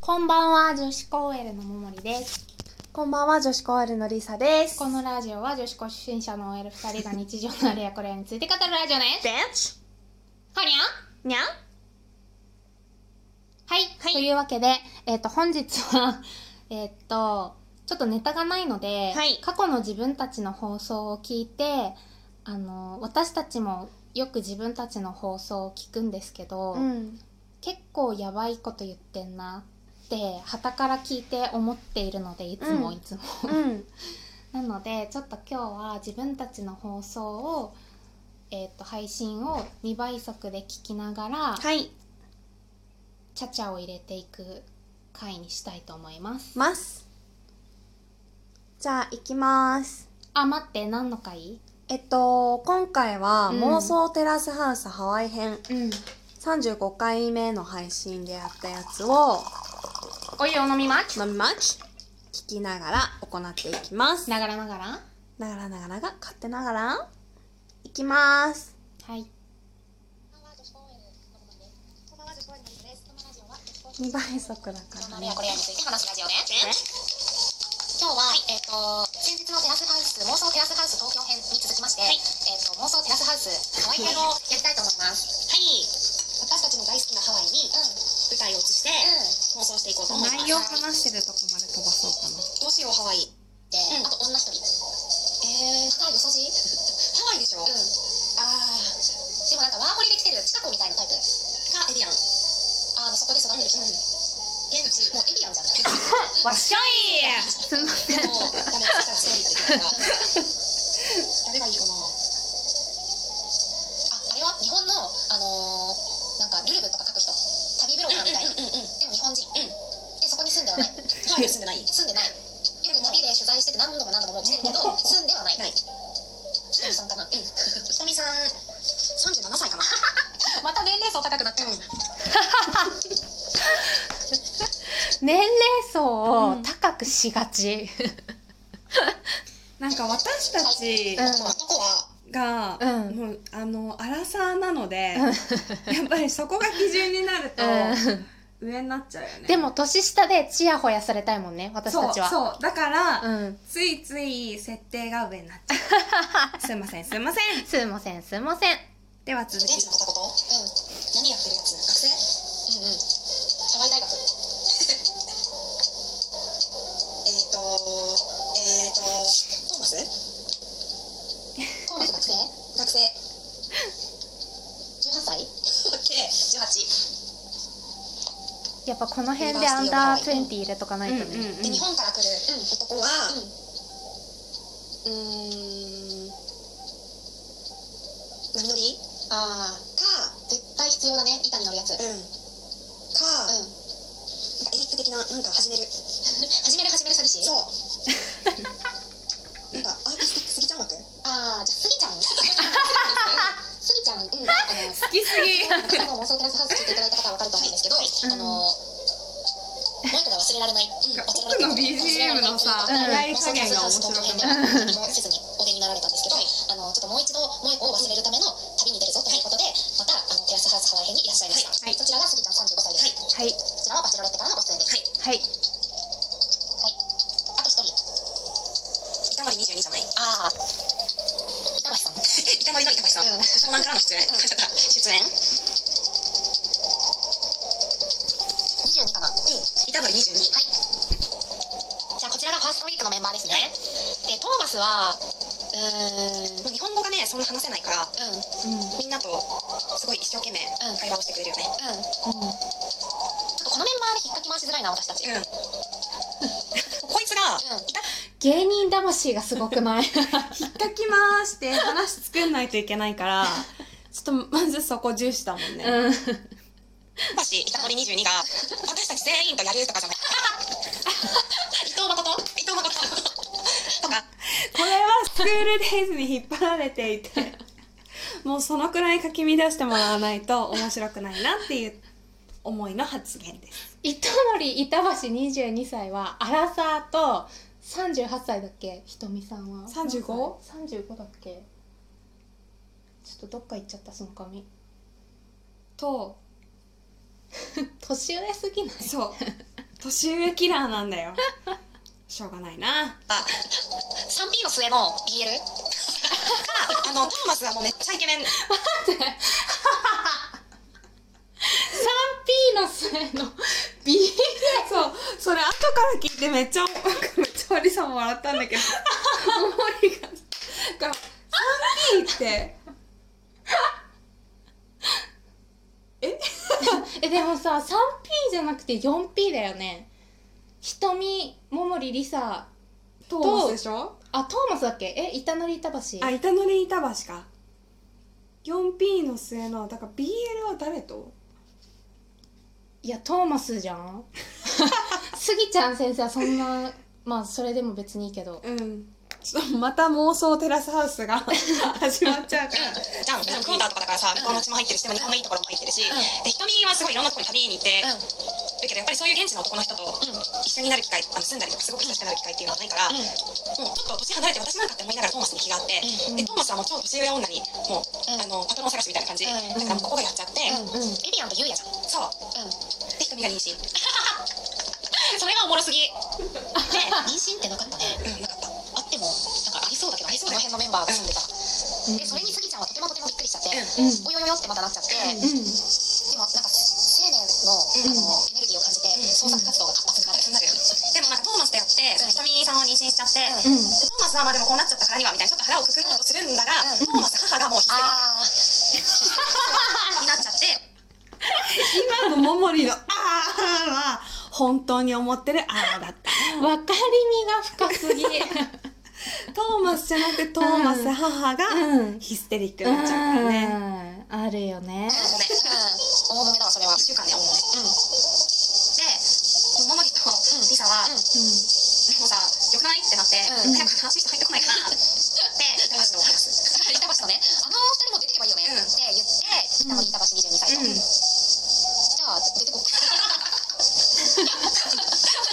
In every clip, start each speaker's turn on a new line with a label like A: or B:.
A: こんばんは女子高 OL のももりです
B: こんばんは、女子高 L のりさです。
A: このラジオは女子高出身者の OL2 人 が日常のあれやこれやについて語るラジオです
B: でち
A: はにゃん
B: にゃん
A: はい、というわけで、えっと本日は えっとちょっとネタがないので、
B: はい
A: 過去の自分たちの放送を聞いてあの私たちもよく自分たちの放送を聞くんですけど、
B: うん。
A: 結構やばいこと言ってんなって旗から聞いて思っているのでいつも
B: うん
A: いつも、
B: うん。
A: なのでちょっと今日は自分たちの放送を、えっと配信を2倍速で聞きながら、
B: はい。
A: チャチャを入れていく回にしたいと思います
B: ます。じゃあ、行きます。
A: あ待って何の回
B: えっと、今回は、
A: うん
B: 妄想テラスハウスハワイ
A: う
B: 編
A: ん
B: 35回目の配信でやったやつを、
A: お湯を飲みます
B: 飲みます。聞きながら行っていきます。
A: ながらながら
B: ながらながらが、勝手ながら、いきます。
A: はい
B: 2倍速だからね。
C: これについて話すラジオです。今日は、えっ、と、先日のテラスハウス、妄想テラスハウス東京編に続きまして、えっ、と、妄想テラスハウス、ハワイ編をやりたいと思います。はい。私たちの大好きなハワイに、舞台を移して、妄想していこうと思いま
B: 内
C: す。
B: 容話してるとこまで飛ばそうかな。
C: どうしよう、ハワイ。で、あと女一人。えー、ハワイよそじ ハワイでしょうん。あー。でもなんかワーホリで来てる近くみたいなタイプ。か、エビアン。あの、そこで育ってる人。現地、もうエビアンじゃない
A: わっしょい
B: すみません。
C: もう、あの、ストーリーというか。誰がいいかな。あ、あれは日本の、あのー、なんかルルブとか書く人。旅ブロガーみたいな。でも日本人。で、そこに住んではない。ハワイに住んでない。住んでない。よく旅で取材してて何度も何度も来てるけど、住んではない。ひとみさんかな。ひとみさん、37歳かな。また年齢層高くなっちゃう。
A: 年齢層
B: う
A: を
B: ん
A: 高くしがち
B: なんか私たち
A: うん
C: 男は、
B: が、
A: うん
B: もうあのアラサーなので、やっぱりそこが基準になると、上になっちゃうよね。
A: でも年下でチヤホヤされたいもんね私
B: そう
A: たちはう
B: そうだから、
A: ん
B: ついつい設定が上になっち ゃう。すいませんすいません。
A: すいませんすいません
B: では続
C: 現
B: き
C: 地の方ことうん。何やってるやつ学生うんうん。ハワイ大学。えっと、えっと、トーマストーマス学生学生。18歳 ?OK、18。
A: やっぱこの辺でアンダー20入れとかないとね、
C: で、日本から来る男は、うーん、波乗りああ。か、絶対必要だね、板に乗るやつ。うん。か、うん。なんかエリック的な、なんか始める。 始める始める詐欺師 そう。なんかアーティスティックスギちゃん 枠ああ、じゃあスギ ちゃん。スギち ゃん、うん、あの、
B: 好きすぎ。
C: あの妄想テラスハウス聞いていただいた方はわかると思うんですけど、あの、もう一個が忘れられない。
B: 奥の BGM のさ、
A: うん
B: 笑い加減が面白く
C: い。
B: ない。
C: 何もせずにお出になられたんですけど、あのちょっともう一度もう一個を忘れるための旅に出るぞということで、またあのテラスハウスハワイ編にいらっしゃいました。
A: はい
C: そちらが杉ちゃん35歳です。こ
A: はい
C: ちらはバチェロレッテからのご出演です。
A: はい
C: あと一人。板森22じゃないああ。板橋さん。板森の板橋さん。湘南からの出演。出演。22かな。うん。板森22。はい。じゃあこちらがファーストウィークのメンバーですね。で、トーマスは、うーん。日本語がね、そんな話せないから、うん。みんなと、すごい一生懸命、会話をしてくれるよね。うん。ちょっとこのメンバーで引っかき回しづらいな、私たち。うん。こいつが、うん。
A: 芸人魂がすごくない
B: 引っかき回して話作んないといけないから、ちょっとまずそこ重視だもんね。
A: うん
C: 橋板堀22が私たち全員とやるとかじゃない伊藤誠伊藤誠とか
B: これはスクールデイズに引っ張られていてもうそのくらいかき乱してもらわないと面白くないなっていう思いの発言です
A: 糸森板橋22歳はアラサーと38歳だっけひとみさんは
B: 35?
A: 35だっけちょっとどっか行っちゃったその髪
B: と
A: 年上すぎない
B: そう年上キラーなんだよしょうがないな
D: あ 3P の末の BL があのトーマスはもうめっちゃイケメン
A: 3P の末の B
B: そうそれ後から聞いてめっちゃめっちゃおりさんも笑ったんだけどおりがが 3P って
A: えでもさ 3P じゃなくて 4P だよね瞳桃りりさ
B: トーマスでしょ
A: あトーマスだっけえ板乗り板橋
B: あ板乗り板橋か 4P の末のだから BL は誰と
A: いやトーマスじゃんスギちゃん先生はそんなまあそれでも別にいいけど
B: うんちょっとまた妄想テラスハウスが 始まっちゃうから
C: じゃん、クォーターとかだからさ、向こうの血も入ってるし、でも日本のいいところも入ってるし、
D: うん
C: で、瞳はすごいいろんなところに旅に行って、
D: うん
C: だけどやっぱりそういう現地の男の人と
D: うん
C: 一緒になる機会、あの住んだりとかすごく親しくなる機会っていうのはないから、
D: うん
C: もうちょっと年離れて私なんかって思いながらトーマスに気があって、
D: うん
C: で、トーマスはもう超年上女に、もう、
D: うん
C: あの、パトロン探しみたいな感じ、
D: うん
C: だからもうここがやっちゃって、
D: うんうんエビアンとユウヤじゃん
C: そう、
D: うん
C: で、瞳が妊娠。
D: それはおもろすぎで妊娠ってなかったね
C: うん、なかった。
D: あってもなんかありそうだけどありそうだよねその辺のメンバーが住んでたら
A: うん
D: でそれにスギちゃんはとてもとてもびっくりしちゃって、
C: う
A: うん
D: およよよってまたなっちゃって、
C: うん
A: うん
D: でもなんか生命の,、あのエネルギーを感じて、
C: うん
D: 創作活動が活発になる、
C: なる。でもなんかトーマスとやって、その瞳さんを妊娠しちゃって、
D: うん
C: でトーマスはまあでもこうなっちゃったからにはみたいな、ちょっと腹をくくろうとするんだが、
D: うん
C: トーマス母がもう必須
D: ああ
C: になっちゃって、
B: 今のももりの「あー」は本当に思ってる「あー」だった
A: 分かりみが深すぎ
B: トーマスじゃなくてトーマ
A: う
B: ス
A: ん
B: 母
A: うん
B: がヒステリックになっちゃうからね、
A: うんあるよね
C: ごめん。
D: うん大揉めだわそれは
C: 一週間ね、おもね。
D: うん
C: で、ももりとリサは、
D: うん
A: う
C: でもさ、よくないってなって、
D: うん
C: 早く話して入ってこないかなって、板橋と思います。
D: 板橋のねあの二人も出てけばいいよね、
C: うん
D: って言って板橋板橋22歳と、
B: うん
D: じゃあ出 てこう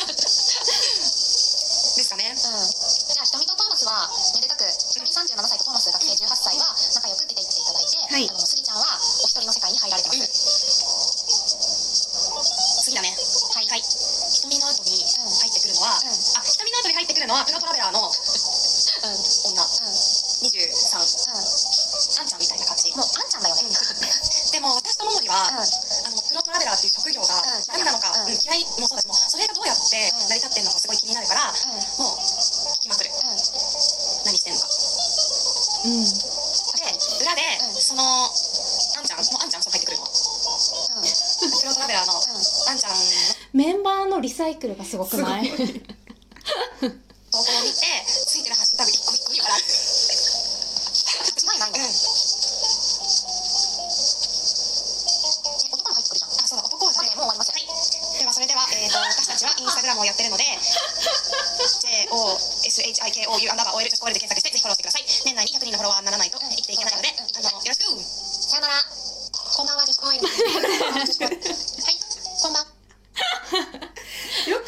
C: ですかね。
D: んじゃあ瞳とトーマスはめでたく瞳37歳とトーマス学生18歳は仲良く出て行っていただ
B: はい
D: いて、あのスギちゃんはお一人の世界に入られてます、
C: 次だね。
D: はい
C: はい。瞳の後に
D: うん
C: 入ってくるのは、
D: うん
C: あ、瞳の後に入ってくるのは、プロトラベラーの
D: うんうん
C: 女、23、
D: うん
C: あんちゃんみたいな感じ。
D: もうあんちゃんだよね、
C: でも、私とももりは、
D: う
C: あ
D: ん
C: のプロトラベラーっていう職業が
D: うん
C: 何なのか、う
D: うん
C: ん嫌いもそうだしもうそれがどうやって
D: うん
C: 成り立ってるのかすごい気になるから、
D: うん
C: もう聞きまくる
D: うん
C: 何してんのか
A: んうん
C: で裏で、
D: うん
C: そのあんちゃんもうあんちゃんそう入ってくるの
D: うん
C: プロトラベラーの、あ
D: ん
C: んちゃんの
A: メンバーのリサイクルがすごくない
B: すご
C: 投稿を見てついてるハッシュタグ一個一個に笑う
D: 間違いないんだよ、
C: うん
D: え男も入ってくるじゃん
C: あそうだ男は
D: さ
C: 誰
D: て
C: も
D: もう
C: う
D: 終わりますよ、
C: ではそれでは、えー、と私たちはインスタグラムをやってるので JOSHIKOU アンダーバー OL 女子 OL で検索してぜひフォローしてください年内に100人のフォロワーにならないと生きていけないので、
D: うん
C: あのよろしく
D: さよならこんばんは女子高 OL ですはいこんばん
B: よ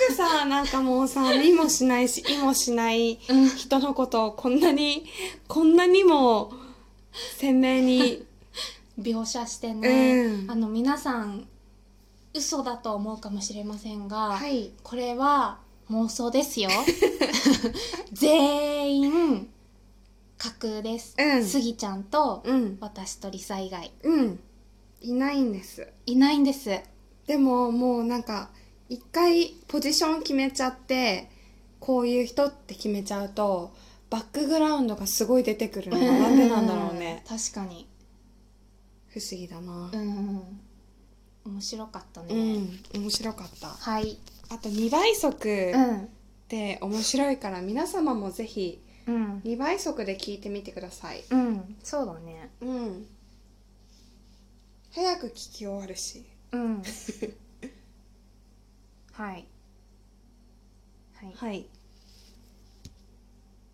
B: くさなんかもうさ見もしないし意もしない
A: うん
B: 人のことをこんなにこんなにも鮮明に
A: 描写してね、
B: うん
A: あの皆さん嘘だと思うかもしれませんが、
B: い
A: これは妄想です よ全員架空です、
B: うん
A: スギちゃんと
B: うん
A: 私とリサ以外
B: うんいないんです
A: いないんです
B: でももうなんか一回ポジション決めちゃってこういう人って決めちゃうとバックグラウンドがすごい出てくるのがなんでなんだろうね
A: うん確かに
B: 不思議だな
A: うんうん面白かったね、
B: うん面白かった
A: はい
B: あと2倍速
A: うん
B: って面白いから皆様もぜひ
A: うん
B: 2倍速で聞いてみてください
A: うんそうだね
B: うん早く聞き終わるし
A: うん はいはい
B: はい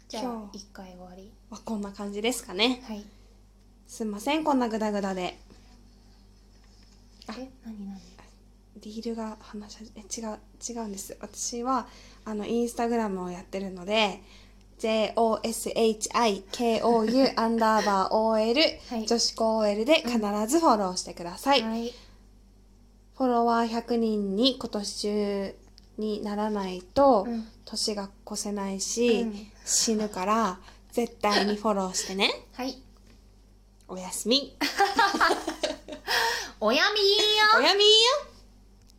A: じゃあ
B: 今日
A: 一回終わり
B: まあこんな感じですかね
A: はい
B: すんませんこんなグダグダで
A: え何何
B: リールが話しえ違う違うんです私はあのインスタグラムをやってるので JOSHIKOU アンダーバー OL、
A: はい
B: 女子高 OL で必ずフォローしてください、
A: はい
B: フォロワー100人に今年中にならないと
A: うん
B: 年が越せないし、
A: うん
B: 死ぬから絶対にフォローしてね
A: はい
B: おやすみ
A: おやみーよ
B: おやみーよ